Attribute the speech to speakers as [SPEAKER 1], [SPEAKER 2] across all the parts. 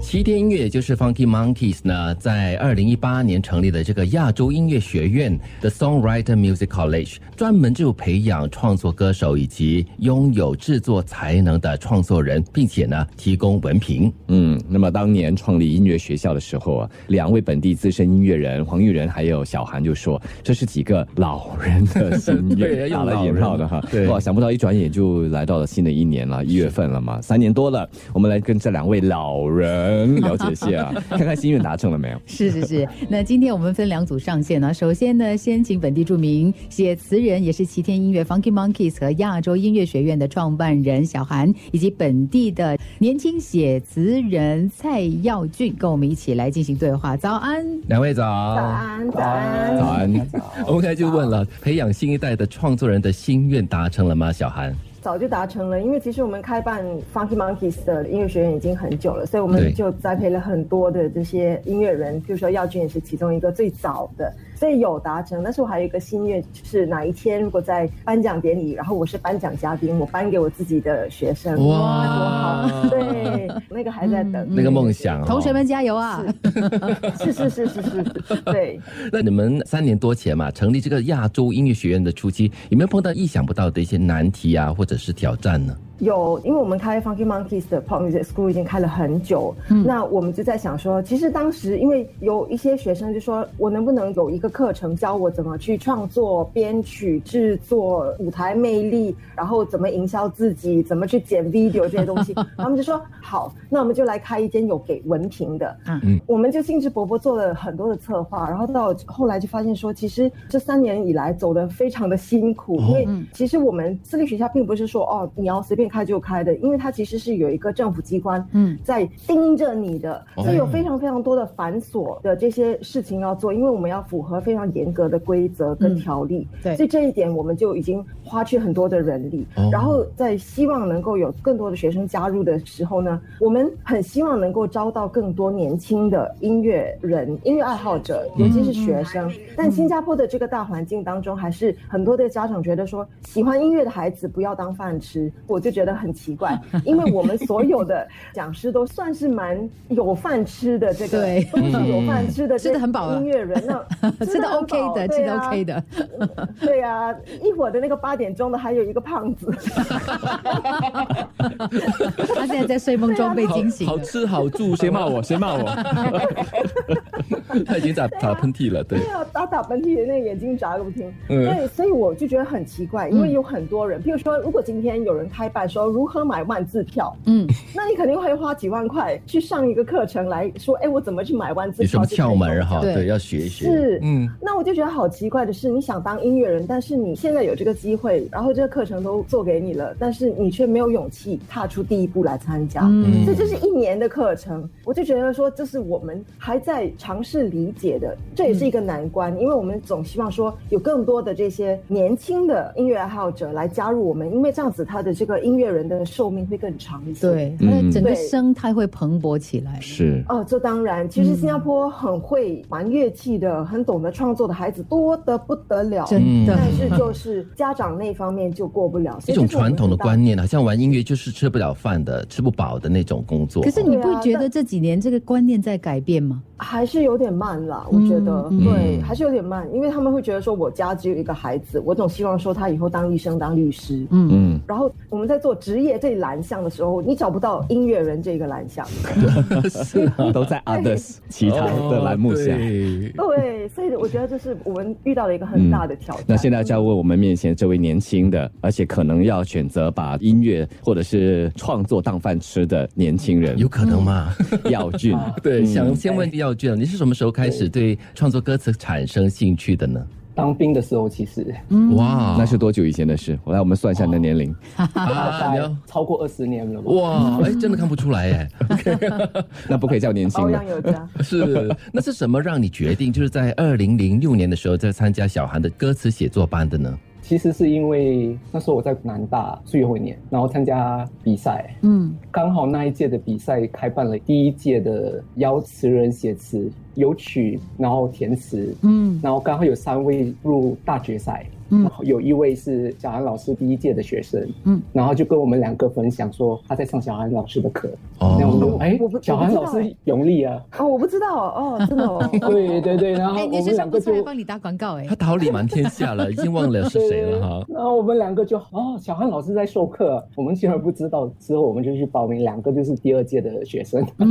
[SPEAKER 1] 奇天音乐，也就是 Funky Monkeys 呢，在二零一八年成立的这个亚洲音乐学院的 Songwriter Music College，专门就培养创作歌手以及拥有制作才能的创作人，并且呢提供文凭。
[SPEAKER 2] 嗯，那么当年创立音乐学校的时候啊，两位本地资深音乐人黄玉仁还有小韩就说，这是几个老人的心
[SPEAKER 1] 对
[SPEAKER 2] 愿，打
[SPEAKER 1] 用
[SPEAKER 2] 了
[SPEAKER 1] 老人
[SPEAKER 2] 引号的哈。
[SPEAKER 1] 对
[SPEAKER 2] 哇，想不到一转眼就来到了新的一年了，一月份了嘛，三年多了。我们来跟这两位老人了解一下， 看看心愿达成了没有。
[SPEAKER 3] 是是是，那今天我们分两组上线呢。首先呢，先请本地著名写词人，也是齐天音乐 Funky Monkeys 和亚洲音乐学院的创办人小韩，以及本地的年轻写词人蔡耀俊，跟我们一起来进行对话。早安，
[SPEAKER 1] 两位早，
[SPEAKER 4] 早
[SPEAKER 3] 啊
[SPEAKER 4] 安，早安，
[SPEAKER 2] 早安，
[SPEAKER 1] 我们刚才就问了，培养新一代的创作人的心愿达成了吗？小韩，
[SPEAKER 3] 嗯
[SPEAKER 4] 早就达成了，因为其实我们开办 Funky Monkeys 的音乐学院已经很久了，所以我
[SPEAKER 1] 对
[SPEAKER 4] 们就栽培了很多的这些音乐人，比如说耀军也是其中一个最早的，所以有达成。但是我还有一个心愿，就是哪一天如果在颁奖典礼，然后我是颁奖嘉宾，我颁给我自己的学生，
[SPEAKER 1] 哇
[SPEAKER 4] 那多好！对，那个还在等，
[SPEAKER 1] 那个梦想、哦，
[SPEAKER 3] 同学们加油啊！
[SPEAKER 4] 是是是是是，是对。
[SPEAKER 1] 那你们三年多前嘛，成立这个亚洲音乐学院的初期，有没有碰到意想不到的一些难题啊，或者是挑战呢？
[SPEAKER 4] 有，因为我们开 Funky Monkeys 的 Pop Music School 已经开了很久，那我们就在想说，其实当时因为有一些学生就说，我能不能有一个课程教我怎么去创作、编曲、制作、舞台魅力，然后怎么营销自己，怎么去剪 video 这些东西，然后我们就说好，那我们就来开一间有给文凭的，我们就兴致勃勃做了很多的策划，然后到后来就发现说，其实这三年以来走得非常的辛苦，
[SPEAKER 1] 哦
[SPEAKER 4] 因为
[SPEAKER 1] 嗯
[SPEAKER 4] 其实我们私立学校并不是说哦你要随便开就开的，因为它其实是有一个政府机关
[SPEAKER 3] 嗯
[SPEAKER 4] 在盯着你的，
[SPEAKER 1] 哦
[SPEAKER 4] 所以有非常非常多的繁琐的这些事情要做，因为我们要符合非常严格的规则
[SPEAKER 1] 嗯
[SPEAKER 4] 跟条例，
[SPEAKER 3] 对
[SPEAKER 4] 所以这一点我们就已经花去很多的人力，
[SPEAKER 1] 哦
[SPEAKER 4] 然后在希望能够有更多的学生加入的时候呢，我们很希望能够招到更多年轻的音乐人、音乐爱好者，
[SPEAKER 3] 嗯
[SPEAKER 4] 尤其是学生。但新加坡的这个大环境当中，还是很多的家长觉得说，喜欢音乐的孩子不要当饭吃，我就觉得很奇 怪，因为我们所有的讲师都算是蛮有饭吃的，这个
[SPEAKER 3] 对
[SPEAKER 4] 都是有饭吃的，
[SPEAKER 3] 吃得很饱了
[SPEAKER 4] 音乐 人那
[SPEAKER 3] 吃的
[SPEAKER 4] 很饱
[SPEAKER 3] OK 的，吃
[SPEAKER 4] 对
[SPEAKER 3] 的
[SPEAKER 4] 啊
[SPEAKER 3] OK 的，
[SPEAKER 4] 对呀、一会儿的那个八点钟的还有一个胖子，
[SPEAKER 3] 他现在在睡梦中被惊醒
[SPEAKER 5] 好
[SPEAKER 3] 了。
[SPEAKER 5] 吃好住，谁骂我谁骂我。
[SPEAKER 1] 他已经打打喷嚏了，对
[SPEAKER 4] 对，啊，打打喷嚏的那个眼睛眨个不停。
[SPEAKER 1] 嗯
[SPEAKER 4] 对，所以我就觉得很奇怪，因为有很多人，譬如说，如果今天有人开办说如何买万字票，
[SPEAKER 3] 嗯，
[SPEAKER 4] 那你肯定会花几万块去上一个课程来说，哎，我怎么去买万字
[SPEAKER 1] 有
[SPEAKER 4] 票？
[SPEAKER 1] 什么窍门？哈？
[SPEAKER 3] 对
[SPEAKER 1] 对，要学一学。
[SPEAKER 4] 是，
[SPEAKER 1] 嗯，
[SPEAKER 4] 那我就觉得好奇怪的是，你想当音乐人，但是你现在有这个机会，然后这个课程都做给你了，但是你却没有勇气踏出第一步来参加。
[SPEAKER 3] 嗯
[SPEAKER 4] 这就是一年的课程，我就觉得说，这是我们还在尝试理解的，这也是一个难关，
[SPEAKER 3] 嗯
[SPEAKER 4] 因为我们总希望说有更多的这些年轻的音乐爱好者来加入我们，因为这样子他的这个音乐人的寿命会更长一些。
[SPEAKER 3] 对，他的
[SPEAKER 2] 嗯
[SPEAKER 3] 整个
[SPEAKER 4] 对
[SPEAKER 3] 生态会蓬勃起来。
[SPEAKER 2] 是。
[SPEAKER 4] 哦，这当然，其实新加坡很会玩乐器的、很懂得创作的孩子多得不得了，
[SPEAKER 3] 真的
[SPEAKER 4] 但是就是家长那方面就过不了，
[SPEAKER 1] 一
[SPEAKER 4] 所以
[SPEAKER 1] 种
[SPEAKER 4] 这是我们
[SPEAKER 1] 传统的
[SPEAKER 4] 很大
[SPEAKER 1] 观。念，好像玩音乐就是吃不了饭的、吃不饱的那种工作。
[SPEAKER 3] 可是你不
[SPEAKER 4] 对啊
[SPEAKER 3] 觉得
[SPEAKER 4] 但
[SPEAKER 3] 这几年这个观念在改变吗？
[SPEAKER 4] 还是有点慢啦，我觉得、
[SPEAKER 3] 嗯
[SPEAKER 4] 对，
[SPEAKER 1] 嗯
[SPEAKER 4] 还是有点慢，因为他们会觉得说，我家只有一个孩子，我总希望说他以后当医生、当律师。
[SPEAKER 3] 嗯
[SPEAKER 2] 嗯，
[SPEAKER 4] 然后我们在做职业这一栏项的时候，你找不到音乐人这个栏项，
[SPEAKER 2] 都在 others 其他的栏目下。
[SPEAKER 1] 哦对
[SPEAKER 4] 对，所以我觉得这是我们遇到了一个很大的挑战。
[SPEAKER 2] 那现在就要问我们面前这位年轻的，而且可能要选择把音乐或者是创作当饭吃的年轻人，
[SPEAKER 1] 有可啊能吗？
[SPEAKER 2] 耀俊。
[SPEAKER 1] 对，想先问耀俊，你是什么时候开始对创作歌词产生兴趣的呢？
[SPEAKER 6] 当兵的时候，其实
[SPEAKER 1] 哇，
[SPEAKER 2] 那是多久以前的事？我来，我们算一下
[SPEAKER 1] 哦
[SPEAKER 2] 你的年龄。
[SPEAKER 1] 啊，
[SPEAKER 6] 大
[SPEAKER 1] 你
[SPEAKER 6] 概
[SPEAKER 1] 要
[SPEAKER 6] 超过二十年了吧。
[SPEAKER 1] 哇，哎，真的看不出来哎。
[SPEAKER 2] 那不可以叫年轻
[SPEAKER 4] 保
[SPEAKER 2] 了
[SPEAKER 4] 养。哦有加。
[SPEAKER 1] 是，那是什么让你决定就是在二零零六年的时候在参加小韩的歌词写作班的呢？
[SPEAKER 6] 其实是因为那时候我在南大岁月回年，然后参加比赛，
[SPEAKER 3] 嗯
[SPEAKER 6] 刚好那一届的比赛开办了第一届的邀词人写词，有曲，然后填词，
[SPEAKER 3] 嗯
[SPEAKER 6] 然后刚好有三位入大决赛。
[SPEAKER 3] 嗯
[SPEAKER 6] 嗯，有一位是小韩老师第一届的学生，
[SPEAKER 3] 嗯
[SPEAKER 6] 嗯，然后就跟我们两个分享说他在上小韩老师的课，那我们
[SPEAKER 1] 哦，
[SPEAKER 6] 哎
[SPEAKER 4] 我不，
[SPEAKER 6] 小韩老
[SPEAKER 4] 我不知
[SPEAKER 6] 师永利 啊，
[SPEAKER 4] 哦，我不知道哦，真的哦，
[SPEAKER 6] 对对对，然后
[SPEAKER 3] 哎，
[SPEAKER 6] 我
[SPEAKER 3] 你
[SPEAKER 6] 们
[SPEAKER 3] 学生
[SPEAKER 6] 两
[SPEAKER 3] 不
[SPEAKER 6] 个
[SPEAKER 3] 错，还
[SPEAKER 6] 就。
[SPEAKER 3] 帮你打广告哎
[SPEAKER 1] 他。桃李满天下 了，已经忘了是谁了哈。
[SPEAKER 6] 嗯然后我们两个就哦，小汉老师在授课，我们竟然不知道。之后我们就去报名，两个就是第二届的学生。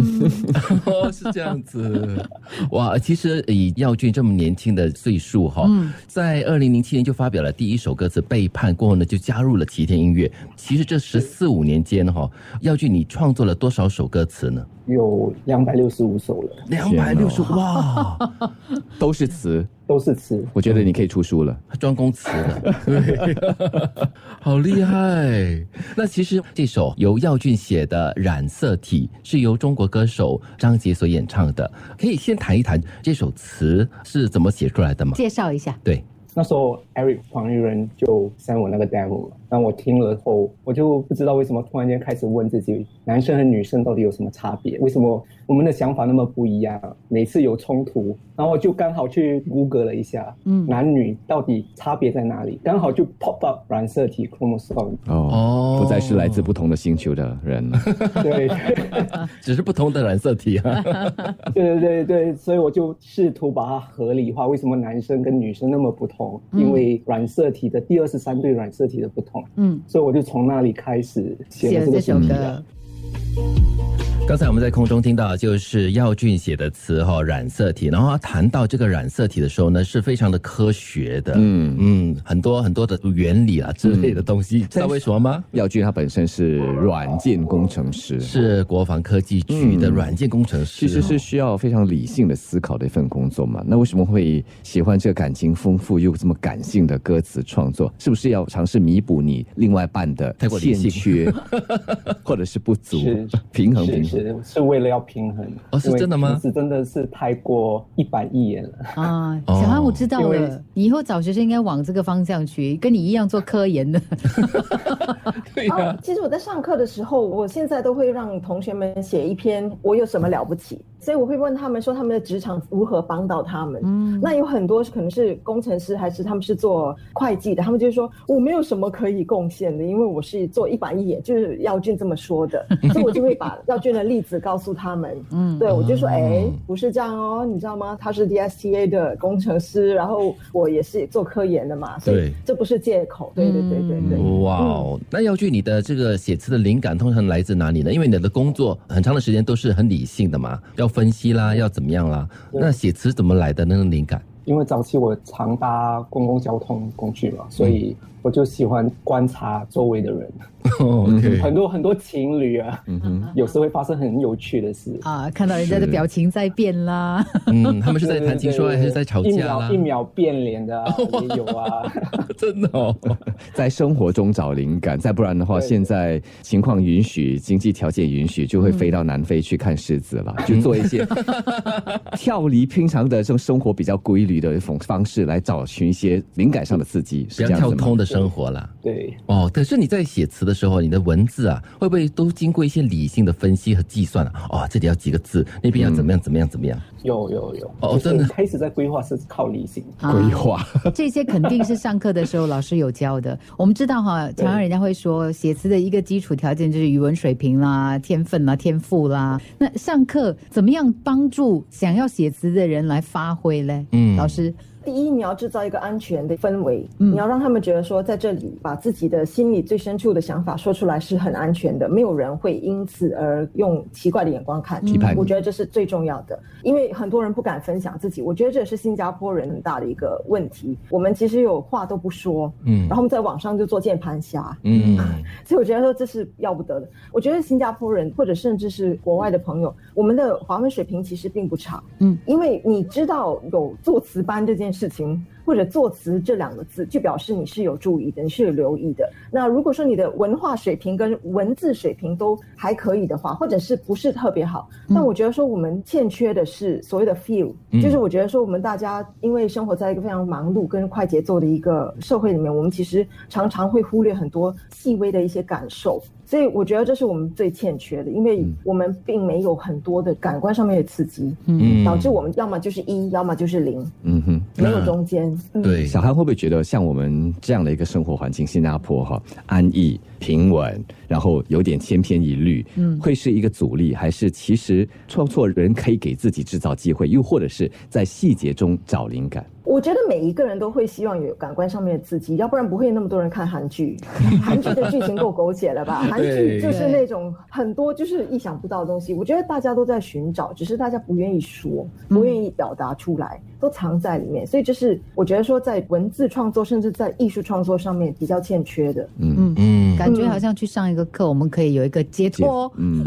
[SPEAKER 1] 哦，是这样子， 哇！其实以耀俊这么年轻的岁数哈、
[SPEAKER 3] 嗯
[SPEAKER 1] 在二零零七年就发表了第一首歌词《背叛》，过后呢就加入了齐天音乐。其实这十四五年间哈、耀俊你创作了多少首歌词呢？
[SPEAKER 6] 有两百六十五首了，
[SPEAKER 1] 两百六 十哇，
[SPEAKER 2] 都是词，
[SPEAKER 6] 都是词。
[SPEAKER 2] 我觉得你可以出书了。
[SPEAKER 1] 他专攻词 的，对好厉害。那其实这首由耀俊写的《染色体》是由中国歌手张杰所演唱的，可以先谈一谈这首词是怎么写出来的吗？
[SPEAKER 3] 介绍一下，
[SPEAKER 1] 对。
[SPEAKER 6] 那时候 Eric 黄玉仁就 send 我那个 demo 嘛，然后我听了后，我就不知道为什么突然间开始问自己，男生和女生到底有什么差别？为什么我们的想法那么不一样？每次有冲突，然后我就刚好去 Google 了一下，
[SPEAKER 3] 嗯
[SPEAKER 6] 男女到底差别在哪里？刚好就 pop up 染色体 chromosome，
[SPEAKER 2] 哦
[SPEAKER 1] 哦，
[SPEAKER 2] 不再是来自不同的星球的人了。
[SPEAKER 6] 对。
[SPEAKER 1] 只是不同的染色体 啊。
[SPEAKER 6] 对对对对，所以我就试图把它合理化。为什么男生跟女生那么不同？
[SPEAKER 3] 嗯
[SPEAKER 6] 因为染色体的第二十三对染色体的不同，
[SPEAKER 3] 嗯，
[SPEAKER 6] 所以我就从那里开始写
[SPEAKER 3] 写了
[SPEAKER 6] 了
[SPEAKER 3] 这
[SPEAKER 6] 这个
[SPEAKER 3] 首
[SPEAKER 6] 主题
[SPEAKER 3] 歌
[SPEAKER 6] 啊。，
[SPEAKER 1] 刚才我们在空中听到就是耀俊写的词哈、染色体，然后他谈到这个染色体的时候呢，是非常的科学的，嗯
[SPEAKER 2] 嗯，
[SPEAKER 1] 很多很多的原理啊之类的东西，知道为什么吗？
[SPEAKER 2] 耀俊他本身是软件工程师，
[SPEAKER 1] 是国防科技局的
[SPEAKER 2] 嗯
[SPEAKER 1] 软件工程师
[SPEAKER 2] 其
[SPEAKER 1] 哦，
[SPEAKER 2] 实是需要非常理性的思考的一份工作嘛。那为什么会喜欢这个感情丰富又这么感性的歌词创作？是不是要尝试弥补你另外一半的
[SPEAKER 1] 太过理性
[SPEAKER 2] 欠缺， 或者是不足
[SPEAKER 6] 是？
[SPEAKER 2] 平衡平衡。
[SPEAKER 6] 是是是为了要平衡
[SPEAKER 1] 哦是真的吗
[SPEAKER 6] 是真的是太过一板一眼了。
[SPEAKER 3] 啊，
[SPEAKER 1] 哦
[SPEAKER 3] 小安，我知道
[SPEAKER 6] 因
[SPEAKER 3] 了
[SPEAKER 6] 为，
[SPEAKER 3] 你以后找学生应该往这个方向去，跟你一样做科研的。
[SPEAKER 6] 对
[SPEAKER 4] 哦，其实我在上课的时候，我现在都会让同学们写一篇“我有什么了不起”，所以我会问他们说他们的职场如何帮到他们。
[SPEAKER 3] 嗯，
[SPEAKER 4] 那有很多可能是工程师，还是他们是做会计的，他们就说我没有什么可以贡献的，因为我是做一板一眼，就是耀俊这么说的，所以我就会把耀俊的例子告诉他们。
[SPEAKER 3] 嗯
[SPEAKER 4] 对，我就说，
[SPEAKER 1] 哦
[SPEAKER 4] 哎、不是这样哦，你知道吗？他是 DSTA 的工程师，然后我也是做科研的嘛，所
[SPEAKER 1] 对
[SPEAKER 4] 以这不是借口。对对对对对。
[SPEAKER 1] 哇哦！那耀俊，你的这个写词的灵感通常来自哪里呢？因为你的工作呃很长的时间都是很理性的嘛，要分析啦，要怎么样啦。
[SPEAKER 6] 对
[SPEAKER 1] 那写词怎么来的那个灵感？
[SPEAKER 6] 因为早期我常搭公共交通工具嘛，所以
[SPEAKER 2] 嗯
[SPEAKER 6] 我就喜欢观察周围的人，
[SPEAKER 1] OK
[SPEAKER 6] 很多很多情侣啊，
[SPEAKER 2] 嗯哼，
[SPEAKER 6] 有时会发生很有趣的事。
[SPEAKER 3] 啊，看到人家的表情在变啦，
[SPEAKER 1] 嗯，他们是在谈情说爱，还是在吵
[SPEAKER 6] 一
[SPEAKER 1] 架啦哦
[SPEAKER 6] 秒一？秒变脸的、啊、也有啊，
[SPEAKER 1] 真的哦，
[SPEAKER 2] 在生活中找灵感，再不然的话，
[SPEAKER 6] 对
[SPEAKER 2] 现在情况允许、经济条件允许，就会飞到南非去看狮子
[SPEAKER 1] 嗯
[SPEAKER 2] 了，就做一些 跳离平常的这种生活比较规律的一种方式来找寻一些灵感上的刺激，
[SPEAKER 1] 比
[SPEAKER 2] 是
[SPEAKER 1] 较
[SPEAKER 2] 这样
[SPEAKER 1] 跳
[SPEAKER 2] 子吗
[SPEAKER 1] 通？的生活啦。
[SPEAKER 6] 对，
[SPEAKER 1] 哦，可是你在写词的时候，你的文字啊，会不会都经过一些理性的分析和计算啊？哦，这里要几个字，那边要怎么样怎么样怎么样？
[SPEAKER 6] 有有有，
[SPEAKER 1] 哦
[SPEAKER 6] 就是
[SPEAKER 1] 真的
[SPEAKER 6] 开始在规划是靠理性，
[SPEAKER 3] 啊
[SPEAKER 2] 规划，
[SPEAKER 3] 这些肯定是上课的时候老师有教的。我们知道哈，常常人家会说写词的一个基础条件就是语文水平啦、天分啦、天赋啦。那上课怎么样帮助想要写词的人来发挥嘞？
[SPEAKER 1] 嗯
[SPEAKER 3] 老师，
[SPEAKER 4] 第一，你要制造一个安全的氛围，
[SPEAKER 3] 嗯
[SPEAKER 4] 你要让他们觉得说，在这里把自己的心里最深处的想法说出来是很安全的，没有人会因此而用奇怪的眼光看
[SPEAKER 2] 批判你
[SPEAKER 4] 我觉得这是最重要的，因为很多人不敢分享自己，我觉得这也是新加坡人很大的一个问题。我们其实有话都不说，
[SPEAKER 1] 嗯
[SPEAKER 4] 然后我们在网上就做键盘侠，
[SPEAKER 1] 嗯，
[SPEAKER 4] 所以我觉得说这是要不得的。我觉得新加坡人或者甚至是国外的朋友，我们的华文水平其实并不差。
[SPEAKER 3] 嗯，
[SPEAKER 4] 因为你知道有作词班这件事情，或者作词这两个字，就表示你是有注意的，你是有留意的。那如果说你的文化水平跟文字水平都还可以的话，或者是不是特别好，那我觉得说我们欠缺的是所谓的 feel，、
[SPEAKER 1] 嗯
[SPEAKER 4] 就是我觉得说我们大家因为生活在一个非常忙碌跟快节奏的一个社会里面，我们其实常常会忽略很多细微的一些感受。所以我觉得这是我们最欠缺的，因为我们并没有很多的感官上面的刺激，
[SPEAKER 3] 嗯
[SPEAKER 4] 导致我们要么就是一，要么就是零，
[SPEAKER 2] 嗯哼。
[SPEAKER 4] 没有中间。嗯
[SPEAKER 1] 对，
[SPEAKER 2] 小汉会不会觉得像我们这样的一个生活环境，新加坡哈安逸平稳，然后有点千篇一律，嗯，会是一个阻力，还是其实创作人可以给自己制造机会，又或者是在细节中找灵 感？
[SPEAKER 4] 我觉得每一个人都会希望有感官上面的刺激，要不然不会那么多人看韩剧。 韩剧的剧情够苟且了吧？韩剧就是那种很多就是意想不到的东西。我觉得大家都在寻找，只是大家不愿意说，不愿意表达出来，都藏在里面。所以这是我觉得说在文字创作，甚至在艺术创作上面比较欠缺的。
[SPEAKER 1] 嗯
[SPEAKER 3] 感觉好像去上一个课，我们可以有一个解脱。
[SPEAKER 2] 嗯，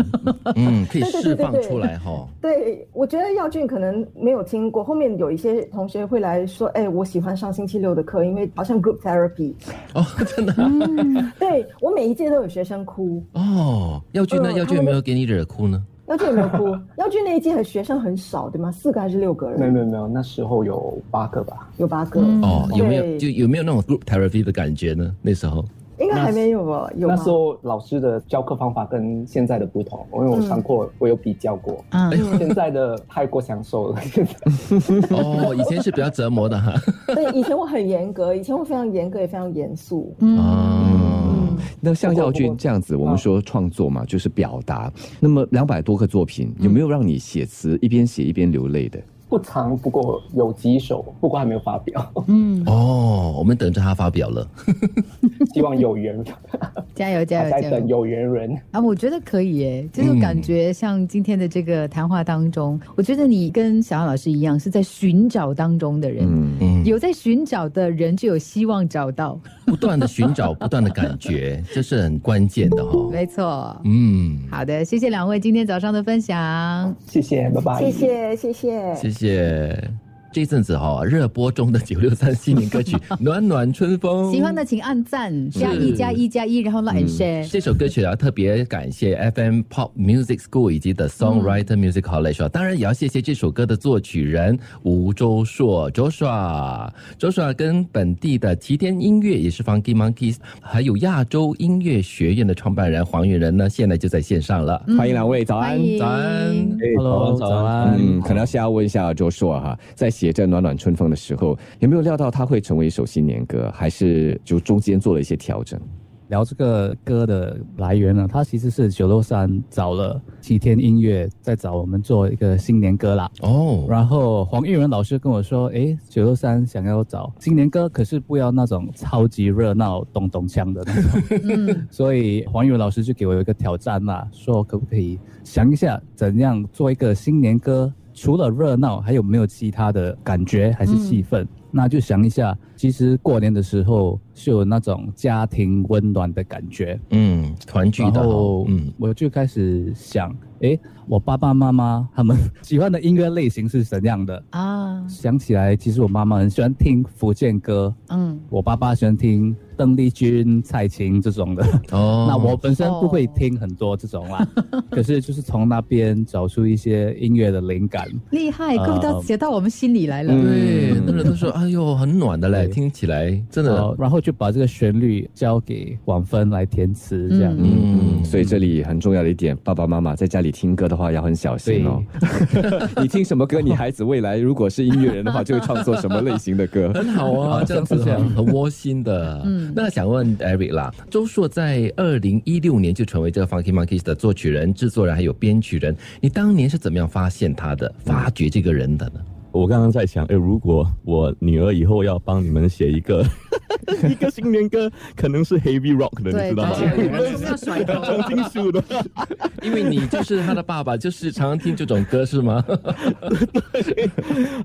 [SPEAKER 1] 嗯，可以
[SPEAKER 4] 对对对
[SPEAKER 1] 释放
[SPEAKER 4] 对对
[SPEAKER 1] 出来哈。
[SPEAKER 4] 对，我觉得耀俊可能没有听过，后面有一些同学会来说，哎，我喜欢上星期六的课，因为好像 group therapy。
[SPEAKER 1] 哦，真的啊
[SPEAKER 4] 对我每一届都有学生哭，
[SPEAKER 1] 哦，耀俊呢？
[SPEAKER 4] 嗯
[SPEAKER 1] 耀俊有没有给你惹哭呢？
[SPEAKER 4] 耀俊有没有哭？ 耀俊那一届学生很少，对吗？四个还是六个
[SPEAKER 6] 没
[SPEAKER 4] 人？
[SPEAKER 6] 有没有没有，那时候有八个吧。
[SPEAKER 4] 有八个，
[SPEAKER 3] 嗯
[SPEAKER 1] 哦，有没有
[SPEAKER 4] 对
[SPEAKER 1] 就有没有那种 group therapy 的感觉呢？那时 候
[SPEAKER 4] 应该还没有吧？有吗
[SPEAKER 6] 那时候老师的教课方法跟现在的不同，因为我上过，我有比较过。
[SPEAKER 3] 嗯，
[SPEAKER 6] 现在的太过享受了，
[SPEAKER 1] 哦，以前是比较折磨的哈。
[SPEAKER 4] 对，以前我很严格，以前我非常严格，也非常严肃。
[SPEAKER 3] 嗯
[SPEAKER 7] 啊
[SPEAKER 4] 嗯
[SPEAKER 1] 哦，
[SPEAKER 2] 那像
[SPEAKER 6] 不过
[SPEAKER 2] 耀
[SPEAKER 6] 不
[SPEAKER 2] 军
[SPEAKER 6] 过
[SPEAKER 2] 这样子，我们
[SPEAKER 6] 啊
[SPEAKER 2] 说创作嘛，就是表达。那么两百多个作品，有没有让你写词一边写一边流泪的？
[SPEAKER 6] 不长，不过有几首，不过还没有发 表，
[SPEAKER 1] 哦，我们等着他发表了。
[SPEAKER 6] 希望有缘，
[SPEAKER 3] 加油加
[SPEAKER 6] 还
[SPEAKER 3] 油
[SPEAKER 6] 在
[SPEAKER 3] 加
[SPEAKER 6] 等
[SPEAKER 3] 油！
[SPEAKER 6] 有缘人。
[SPEAKER 3] 啊，我觉得可以耶，就是
[SPEAKER 1] 嗯
[SPEAKER 3] 感觉像今天的这个谈话当中，
[SPEAKER 7] 嗯
[SPEAKER 3] 我觉得你跟小杨老师一样是在寻找当中的人。
[SPEAKER 2] 嗯。
[SPEAKER 1] 嗯，
[SPEAKER 3] 有在寻找的人，就有希望找到。
[SPEAKER 1] 不断的寻找，不断的感 觉，这是很关键的哈、
[SPEAKER 3] 没错。
[SPEAKER 1] 嗯，
[SPEAKER 3] 好的，谢谢两位今天早上的分享。
[SPEAKER 6] 谢谢，拜
[SPEAKER 1] 哎
[SPEAKER 6] 拜。
[SPEAKER 4] 谢谢，谢谢。
[SPEAKER 1] 谢谢。这阵子哈、热播中的九六三新年歌曲 《暖暖春风》，
[SPEAKER 3] 喜欢的请按赞，加一加一加一，然后
[SPEAKER 7] 嗯
[SPEAKER 3] like and share。
[SPEAKER 1] 这首歌曲啊，特别感谢 FM Pop Music School 以及 The Songwriter Music College，、啊，当然也要谢谢这首歌的作曲人吴周硕啊 Joshua。Joshua 跟本地的齐天音乐，也是 Funky Monkeys，还有亚洲音乐学院的创办人黄云仁呢，现在就在线上了。
[SPEAKER 2] 欢迎两位，早安。
[SPEAKER 3] 嗯欢迎
[SPEAKER 1] 早安。
[SPEAKER 2] 哎
[SPEAKER 5] Hello，
[SPEAKER 6] 早
[SPEAKER 5] 早
[SPEAKER 6] 安
[SPEAKER 5] 安。
[SPEAKER 2] 嗯，可能是要问一下周硕哈，在写这《暖暖春风》的时候，有没有料到它会成为一首新年歌，还是就中间做了一些调整？
[SPEAKER 5] 聊这个歌的来源呢，它其实是九六三找了七天音乐，在找我们做一个新年歌啦。
[SPEAKER 1] 哦，
[SPEAKER 5] 然后黄玉仁老师跟我说，诶，九六三想要找新年歌，可是不要那种超级热闹、咚咚锵的那种。
[SPEAKER 3] 嗯
[SPEAKER 5] 所以黄玉仁老师就给我一个挑战啦，说可不可以想一下怎样做一个新年歌，除了热闹，还有没有其他的感觉还是气氛？那就想一下，其实过年的时候是有那种家庭温暖的感觉，
[SPEAKER 1] 嗯，团聚的
[SPEAKER 5] 然
[SPEAKER 1] 哦
[SPEAKER 5] 后，
[SPEAKER 1] 嗯，
[SPEAKER 5] 我就开始想，诶，我爸爸妈妈他们喜欢的音乐类型是怎样的？
[SPEAKER 3] 啊，
[SPEAKER 5] 想起来，其实我妈妈很喜欢听福建歌，
[SPEAKER 3] 嗯，
[SPEAKER 5] 我爸爸喜欢听邓丽君、蔡琴这种的。
[SPEAKER 1] 哦，
[SPEAKER 5] 那我本身不会听很多这种啦，可是就是从那边找出一些音乐的灵感。
[SPEAKER 3] 厉害，
[SPEAKER 7] 啊
[SPEAKER 3] 怪不得
[SPEAKER 5] 呃
[SPEAKER 3] 写到我们心里来了。
[SPEAKER 7] 嗯
[SPEAKER 1] 对，很多人都说，哎呦，很暖的嘞，
[SPEAKER 5] 对
[SPEAKER 1] 听起来真的，
[SPEAKER 5] 呃然后就把这个旋律交给广芬来填词，这样。
[SPEAKER 3] 嗯
[SPEAKER 1] 嗯，
[SPEAKER 2] 所以这里很重要的一点，爸爸妈妈在家里听歌的话要很小心 哦。 你听什么歌，你孩子未来如果是音乐人的话，就会创作什么类型的歌。
[SPEAKER 1] 很 好啊，这样子
[SPEAKER 5] 像是这样
[SPEAKER 1] 很很窝心的。嗯，那想问 Eric 啦，周硕在二零一六年就成为这个 Funky Monkeys 的作曲人、制作人还有编曲人，你当年是怎么样发现他的、发掘这个人的呢？
[SPEAKER 7] 我刚刚在想，哎，如果我女儿以后要帮你们写一个一个新年歌，可能是 heavy rock 的，你
[SPEAKER 3] 对
[SPEAKER 7] 知道吗？
[SPEAKER 3] 对，我们就是要甩头。
[SPEAKER 7] 重金属的，
[SPEAKER 1] 因为你就是他的爸爸，就是常常听这种歌是吗？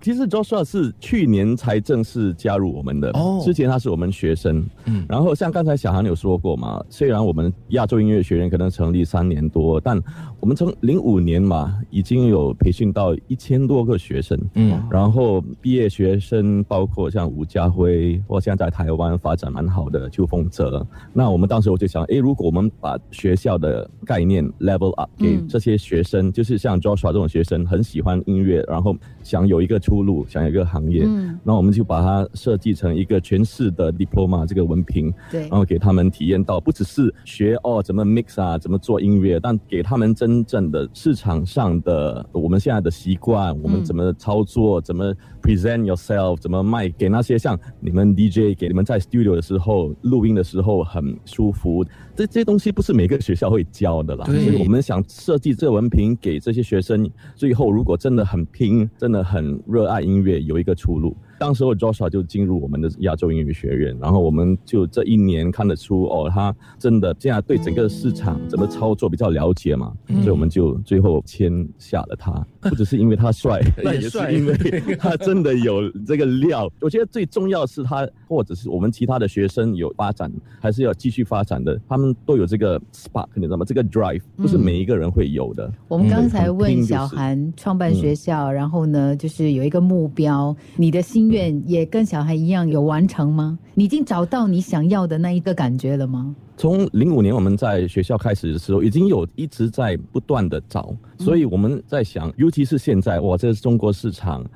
[SPEAKER 7] 其实 Joshua 是去年才正式加入我们的，
[SPEAKER 1] 哦
[SPEAKER 7] 之前他是我们学生。
[SPEAKER 1] 嗯
[SPEAKER 7] 嗯，然后像刚才小韩有说过嘛，虽然我们亚洲音乐学院可能成立三年多，但我们从零五年嘛，已经有培训到一千多个学生。
[SPEAKER 1] 嗯
[SPEAKER 7] 然后毕业学生包括像吴家辉，或现在在台湾发展蛮好的邱凤哲。那我们当时我就想，诶，如果我们把学校的概念 level up 给
[SPEAKER 3] 嗯
[SPEAKER 7] 这些学生，就是像 Joshua 这种学生，很喜欢音乐，然后想有一个出路，想有一个行业，
[SPEAKER 3] 嗯，
[SPEAKER 7] 那我们就把它设计成一个全市的 diploma 这个文凭，
[SPEAKER 3] 对
[SPEAKER 7] 然，后给他们体验到不只是学哦怎么 mix 啊，怎么做音乐，但给他们真正的市场上的我们现在的习惯，我们怎么操作，作，怎么 present yourself，怎么卖给那些像你们 DJ 给你们在 studio 的时候录音的时候很舒服，这这些东西不是每个学校会教的啦。所
[SPEAKER 1] 对
[SPEAKER 7] 以我们想设计这文凭给这些学生，最后如果真的很拼，真的很热爱音乐，有一个出路。当时候 Joshua 就进入我们的亚洲英语学院，然后我们就这一年看得出哦，他真的这样对整个市场怎么操作比较了解嘛，所以我们就最后签下了他，不只是因为他帅，那也是
[SPEAKER 1] 帅
[SPEAKER 7] 因为他真的有这个料。 我觉得最重要是他，或者是我们其他的学生有发展，还是要继续发展的，他们都有这个 spark，你知道吗？这个 drive 不是每一个人会有的。
[SPEAKER 3] 我们刚才
[SPEAKER 7] 嗯
[SPEAKER 3] 问
[SPEAKER 7] 就是
[SPEAKER 3] 小韩创办学校，然后呢，就是有一个目标，你的心愿也跟小韩一样有完成吗？你已经找到你想要的那一个感觉了吗？
[SPEAKER 7] 从零五年我们在学校开始的时候，已经有一直在不断的找，所以我们在想，
[SPEAKER 3] 嗯
[SPEAKER 7] 尤其是现在，哇，这是中国市场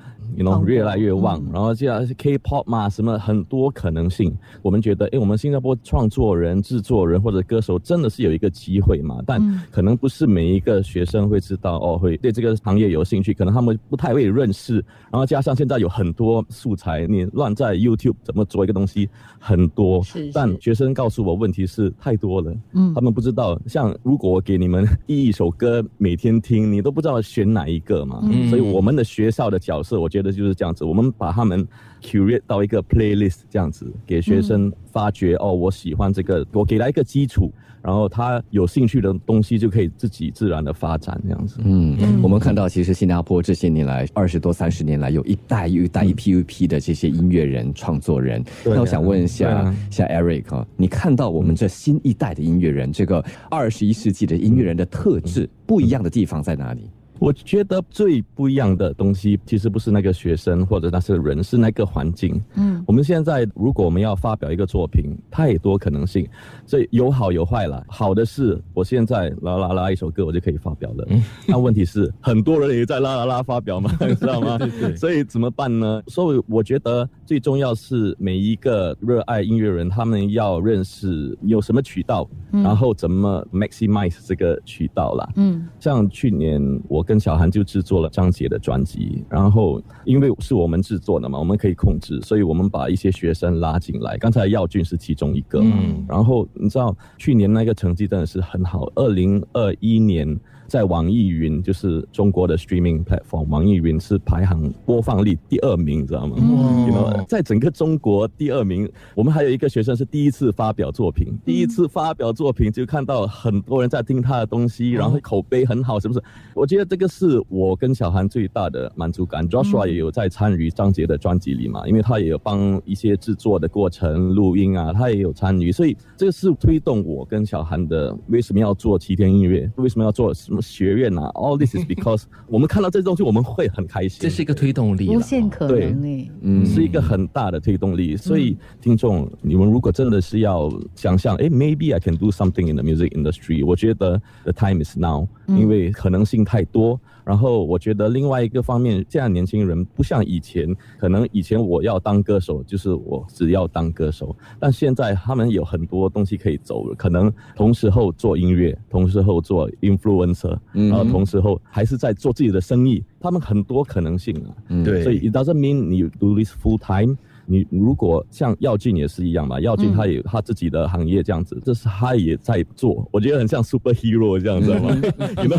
[SPEAKER 3] 蓬
[SPEAKER 7] ，you know
[SPEAKER 3] 勃
[SPEAKER 7] 越来越旺，
[SPEAKER 3] 嗯
[SPEAKER 7] 然后接下来是 K-pop 嘛，什么很多可能性，我们觉得，诶，我们新加坡创作人、制作人或者歌手真的是有一个机会嘛，但
[SPEAKER 3] 嗯
[SPEAKER 7] 可能不是每一个学生会知道哦，会对这个行业有兴趣，可能他们不太会认识，然后加上现在有很多素材，你乱在 YouTube 怎么做一个东西很多，
[SPEAKER 3] 是是
[SPEAKER 7] 但学生告诉我问题是太多了，
[SPEAKER 3] 嗯
[SPEAKER 7] 他们不知道，像如果我给你们一首歌每天听，你都不知道选哪一个嘛，
[SPEAKER 1] 嗯
[SPEAKER 7] 所以我们的学校的角色，我觉得就是这样子，我们把他们 curate 到一个 playlist 这样子，给学生发掘、
[SPEAKER 3] 嗯
[SPEAKER 7] 哦，我喜欢这个，我给他一个基础，然后他有兴趣的东西就可以自己自然的发展这样子。
[SPEAKER 2] 嗯，我们看到其实新加坡这些年来二十多三十年来有一代又一代一批又一批的这些音乐人、创作人。
[SPEAKER 7] 对啊
[SPEAKER 2] 那我想问一下、
[SPEAKER 7] 对啊
[SPEAKER 2] 像 Eric 哈、你看到我们这新一代的音乐人，这个二十一世纪的音乐人的特质、不一样的地方在哪里？
[SPEAKER 7] 我觉得最不一样的东西，其实不是那个学生或者那些人，是那个环境。
[SPEAKER 3] 嗯，
[SPEAKER 7] 我们现在如果我们要发表一个作品，太多可能性，所以有好有坏啦。好的是，我现在啦啦啦一首歌，我就可以发表了。那问题是，很多人也在啦啦啦发表嘛，你知道吗？所以怎么办呢？所以我觉得最重要是每一个热爱音乐人，他们要认识有什么渠道，然后怎么 maximize 这个渠道啦。
[SPEAKER 3] 嗯
[SPEAKER 7] 像去年我跟小韩就制作了张杰的专辑，然后因为是我们制作的嘛，我们可以控制，所以我们把一些学生拉进来。刚才耀俊是其中一个，
[SPEAKER 1] 嗯
[SPEAKER 7] 然后你知道去年那个成绩真的是很好，二零二一年。在网易云，就是中国的 streaming platform，网易云是排行播放率第二名，你知道吗？
[SPEAKER 1] 嗯
[SPEAKER 7] You know，在整个中国第二名，我们还有一个学生是第一次发表作
[SPEAKER 1] 嗯
[SPEAKER 7] 品，第一次发表作品就看到很多人在听他的东
[SPEAKER 1] 嗯
[SPEAKER 7] 西，然后口碑很好，是不是？我觉得这个是我跟小韩最大的满足
[SPEAKER 1] 嗯
[SPEAKER 7] 感。Joshua 也有在参与张杰的专辑里嘛，因为他也有帮一些制作的过程、录音啊，他也有参与，所以这个是推动我跟小韩的为什么要做齐天音乐，为什么要做什么学院啊？All this is because 我们看到这东西，我们会很开心。
[SPEAKER 1] 这是一个推动力了，
[SPEAKER 3] 无限可
[SPEAKER 7] 对
[SPEAKER 3] 能欸诶。
[SPEAKER 2] 嗯
[SPEAKER 7] 是一个很大的推动力。所以，听众，你们如果真的是要想象，诶 m a y b e I can do something in the music industry，我觉得 the time is now，因
[SPEAKER 2] 嗯
[SPEAKER 7] 为可能性太多。然后我觉得另外一个方面，现在年轻人不像以前，可能以前我要当歌手，就是我只要当歌手，但现在他们有很多东西可以走，可能同时候做音乐，同时候做 influencer，、
[SPEAKER 2] 嗯
[SPEAKER 7] 然后同时候还是在做自己的生意，他们很多可能性啊。
[SPEAKER 1] 嗯对，
[SPEAKER 7] 所以 it doesn't mean 你 do this full time。你如果像耀俊也是一样嘛，耀俊他也有他自己的行业这样子，这是他也在做，我觉得很像 superhero 这样子嘛。你们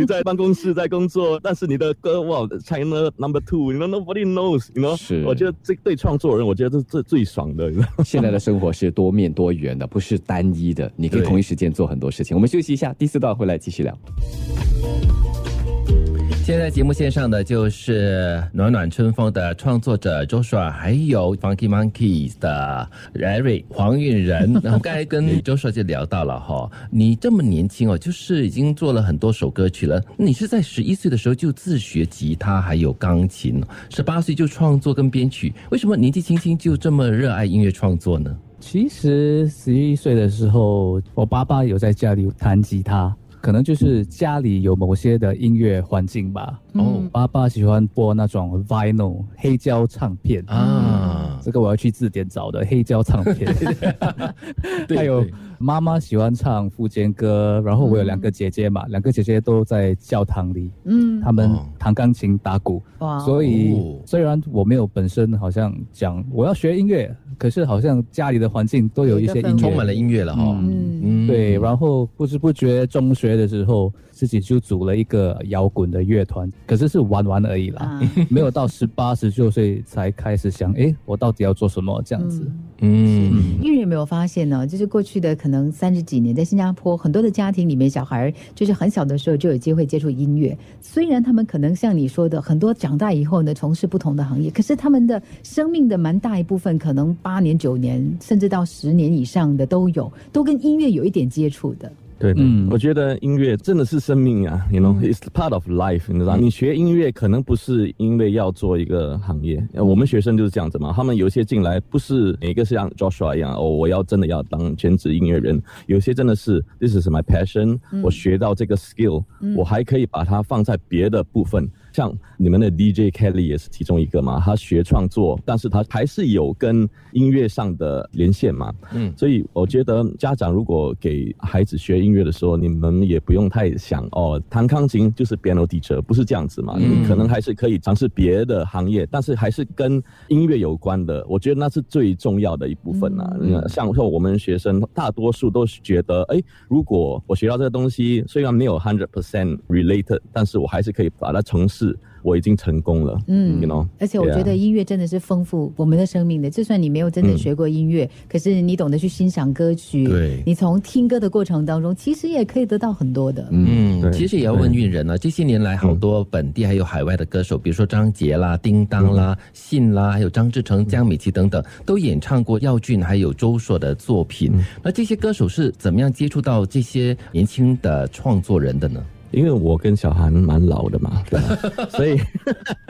[SPEAKER 7] 你在办公室在工作，但是你的歌哇 China number two，you know nobody knows，you know，
[SPEAKER 2] 是
[SPEAKER 7] 我觉得这对创作人，我觉得这这最爽的，你知道 吗
[SPEAKER 2] 现在的生活是多面多元的，不是单一的。你可以
[SPEAKER 1] 对
[SPEAKER 2] 同一时间做很多事情。我们休息一下，第四段回来继续聊。
[SPEAKER 1] 现在节目线上的就是暖暖春风的创作者 Joshua，还有 Funky Monkeys 的 Eric 黄韵 仁。那我刚才跟 Joshua 就聊到了哈，你这么年轻哦，就是已经做了很多首歌曲了。你是在十一岁的时候就自学吉他还有钢琴，哦十八岁就创作跟编曲，为什么年纪轻轻就这么热爱音乐创作呢？
[SPEAKER 5] 其实十一岁的时候，我爸爸有在家里弹吉他，可能就是家里有某些的音乐环境吧。
[SPEAKER 1] 哦
[SPEAKER 5] 爸爸喜欢播那种 vinyl 黑胶唱片
[SPEAKER 1] 啊，
[SPEAKER 5] 这个我要去字典找的黑胶唱片，还有妈妈喜欢唱福建歌，然后我有两个姐姐嘛，两个姐姐都在教堂里，
[SPEAKER 3] 嗯，
[SPEAKER 5] 她们
[SPEAKER 1] 嗯哦
[SPEAKER 5] 弹钢琴、打鼓，
[SPEAKER 3] 哇哦，
[SPEAKER 5] 所以
[SPEAKER 1] 哦
[SPEAKER 5] 虽然我没有本身好像讲我要学音乐，可是好像家里的环境都有一些音乐，
[SPEAKER 1] 充满了音乐了哈、
[SPEAKER 5] 嗯
[SPEAKER 1] 嗯
[SPEAKER 5] 对，然后不知不觉中学的时候，自己就组了一个摇滚的乐团，可是是玩玩而已啦，
[SPEAKER 3] 啊，
[SPEAKER 5] 没有到十八十九岁才开始想，诶，我到底要做什么这样子。
[SPEAKER 3] 嗯
[SPEAKER 1] 嗯，
[SPEAKER 3] 因为你有没有发现呢？就是过去的可能三十几年，在新加坡很多的家庭里面，小孩就是很小的时候就有机会接触音乐。虽然他们可能像你说的，很多长大以后呢，从事不同的行业，可是他们的生命的蛮大一部分，可能八年、九年，甚至到十年以上的都有，都跟音乐有一点接触的。
[SPEAKER 7] 对对，
[SPEAKER 5] 嗯
[SPEAKER 7] 我觉得音乐真的是生命啊，you know，it's part of life，你知道？你学音乐可能不是因为要做一个行业，呃我们学生就是这样子嘛。他们有些进来不是每个像 Joshua 一样，哦，我要真的要当全职音乐人，有些真的是 this is my passion，、我学到这个 skill，、我还可以把它放在别的部分。像你们的 DJ Kelly 也是其中一个嘛，他学创作，但是他还是有跟音乐上的连线嘛。
[SPEAKER 1] 嗯
[SPEAKER 7] 所以我觉得家长如果给孩子学音乐的时候，你们也不用太想哦，弹钢琴就是 piano teacher，不是这样子嘛？
[SPEAKER 1] 嗯
[SPEAKER 7] 你可能还是可以尝试别的行业，但是还是跟音乐有关的。我觉得那是最重要的一部分啊。
[SPEAKER 1] 嗯
[SPEAKER 7] 嗯、像像我们学生，大多数都是觉得，哎，如果我学到这个东西，虽然没有 hundred percent related，但是我还是可以把它从事，我已经成功了。
[SPEAKER 3] 嗯
[SPEAKER 7] ，you know，
[SPEAKER 3] 而且我
[SPEAKER 7] Yeah
[SPEAKER 3] 觉得音乐真的是丰富我们的生命的。就算你没有真正
[SPEAKER 7] 嗯
[SPEAKER 3] 学过音乐，可是你懂得去欣赏歌曲，
[SPEAKER 1] 对
[SPEAKER 3] 你从听歌的过程当中，其实也可以得到很多的。
[SPEAKER 1] 嗯，
[SPEAKER 7] 对
[SPEAKER 1] 其实也要问运人呢、啊这些年来，好多本地还有海外的歌手，比如说张杰啦、
[SPEAKER 7] 嗯
[SPEAKER 1] 叮当啦、信啦，还有张志成、江美琪等等，都演唱过耀俊还有周硕的作品。
[SPEAKER 7] 嗯
[SPEAKER 1] 那这些歌手是怎么样接触到这些年轻的创作人的呢？
[SPEAKER 7] 因为我跟小韩蛮老的嘛，对吧？所以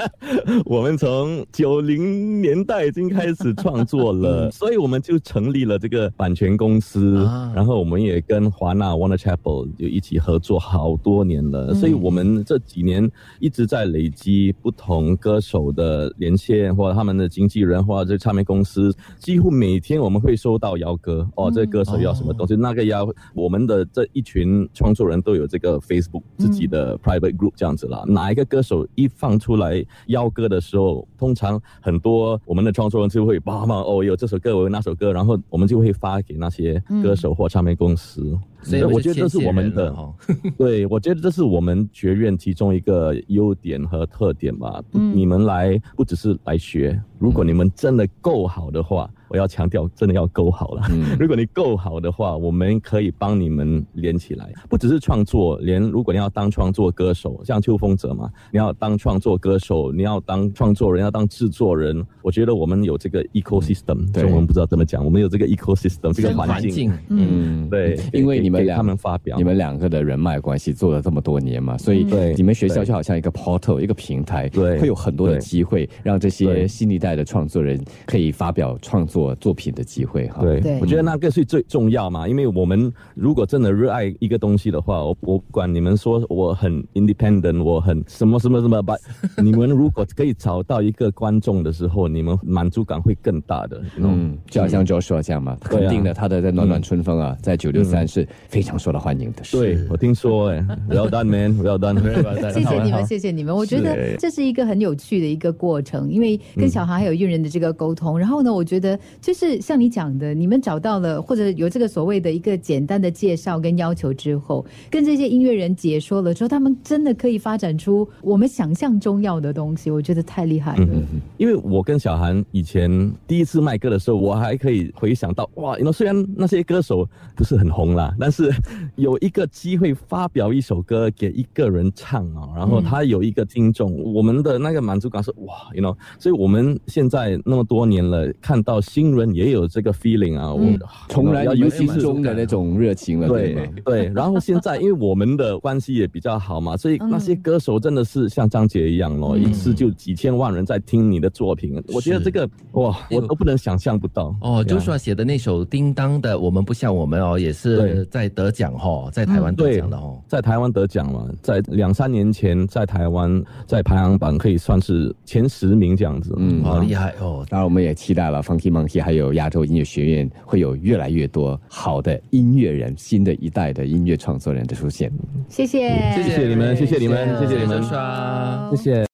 [SPEAKER 7] 我们从九零年代已经开始创作了，所以我们就成立了这个版权公司，
[SPEAKER 1] 啊
[SPEAKER 7] 然后我们也跟华纳 Warner Chapel 就一起合作好多年了，所以我们这几年一直在累积不同歌手的连线，或者他们的经纪人，或者这唱片公司，几乎每天我们会收到邀歌，哦，这个歌手要什么东西，那个要我们的这一群创作人都有这个 Facebook 自己的 private group 这样子啦。哪一个歌手一放出来邀歌的时候，通常很多我们的创作人就会帮忙哦，有这首歌，我有那首歌，然后我们就会发给那些歌手或唱片公司。
[SPEAKER 1] 所以
[SPEAKER 7] 我觉得这
[SPEAKER 1] 这
[SPEAKER 7] 是我们的，
[SPEAKER 1] 哦、
[SPEAKER 7] 对，我觉得这是我们学院其中一个优点和特点吧。
[SPEAKER 3] 嗯
[SPEAKER 7] 你们来不只是来学，如果你们真的够好的话，我要强调，真的要够好了。 如果你够好的话，我们可以帮你们连起来，不只是创作，连如果你要当创作歌手，像秋风者嘛，你要当创作歌手，你要当创作人，要当制作人，我觉得我们有这个 ecosystem，、
[SPEAKER 2] 对
[SPEAKER 7] 中文不知道怎么讲，我们有这个 ecosystem 这个环境，
[SPEAKER 1] 境，嗯，
[SPEAKER 2] 嗯，
[SPEAKER 7] 对，
[SPEAKER 2] 因为你们
[SPEAKER 7] 给
[SPEAKER 2] 两
[SPEAKER 7] 他们发表
[SPEAKER 2] 你。们两个的人脉关系做了这么多年嘛，所以
[SPEAKER 7] 嗯对
[SPEAKER 2] 你们学校
[SPEAKER 7] 对
[SPEAKER 2] 就好像一个 portal 一个平台，
[SPEAKER 7] 对
[SPEAKER 2] 会有很多的
[SPEAKER 7] 对
[SPEAKER 2] 机会让这些
[SPEAKER 7] 对
[SPEAKER 2] 新一代的创作人可以发表创作作品的机会哈。
[SPEAKER 7] 对，
[SPEAKER 3] 对
[SPEAKER 7] 我觉得那个是最重要嘛，因为我们如果真的热爱一个东西的话，我我不管你们说我很 independent，我很什么什么什么吧，but 你们如果可以找到一个观众的时候，你们满足感会更大的。嗯，
[SPEAKER 2] 嗯，就好像 Joshua 这样嘛，
[SPEAKER 7] 对啊嗯
[SPEAKER 2] 肯定的，他的在暖暖春风啊，在九六三是非常受到欢迎的事。
[SPEAKER 7] 对，我听说哎、w e l l done man，Well done。
[SPEAKER 3] 谢谢你们，谢谢你们。我觉得这啊是一嗯个很有趣的一个过程，因为跟小孩还有运人的这个沟通。然后呢，我觉得就是像你讲的，你们找到了或者有这个所谓的一个简单的介绍跟要求之后，跟这些音乐人解说了之后，他们真的可以发展出我们想象中要的东西。我觉得太厉害了。
[SPEAKER 7] 因为我跟小韩以前第一次卖歌的时候，我还可以回想到，哇，你们虽然那些歌手不是很红啦，但是有一个机会发表一首歌给一个人唱啊、然后他有一个听众，我们的那个满足感是哇，you know，所以我们现在那么多年了，看到新人也有这个 feeling 啊，我
[SPEAKER 3] 嗯
[SPEAKER 2] 重燃你
[SPEAKER 7] 尤
[SPEAKER 2] 们
[SPEAKER 7] 其
[SPEAKER 2] 心
[SPEAKER 7] 是。
[SPEAKER 2] 中的那种热情了，对吗？
[SPEAKER 7] 对，然后现在因为我们的关系也比较好嘛，所以
[SPEAKER 3] 嗯
[SPEAKER 7] 那些歌手真的是像张杰一样咯，
[SPEAKER 3] 嗯
[SPEAKER 7] 一次就几千万人在听你的作品，我觉得
[SPEAKER 1] 是
[SPEAKER 7] 这个哇，
[SPEAKER 2] 哎
[SPEAKER 7] 我都不能想象不到
[SPEAKER 1] 哦，
[SPEAKER 7] 对
[SPEAKER 1] 周
[SPEAKER 7] 啊
[SPEAKER 1] 硕写的那首《叮当》的《我们不像我们》哦，也是
[SPEAKER 7] 对
[SPEAKER 1] 在得奖哦，在台湾得奖的哦。
[SPEAKER 7] 在台湾得奖嘛，在两三年前在台湾在排行榜可以算是前十名这样子，
[SPEAKER 2] 嗯
[SPEAKER 7] 啊
[SPEAKER 1] 好厉害哦！
[SPEAKER 2] 当然，我们也期待了 Funky MIT 还有亚洲音乐学院会有越来越多好的音乐人、新的一代的音乐创作人的出现。
[SPEAKER 3] 谢谢，
[SPEAKER 7] 谢谢你们，谢谢你们，谢谢你们。
[SPEAKER 1] 刷。
[SPEAKER 5] 谢谢。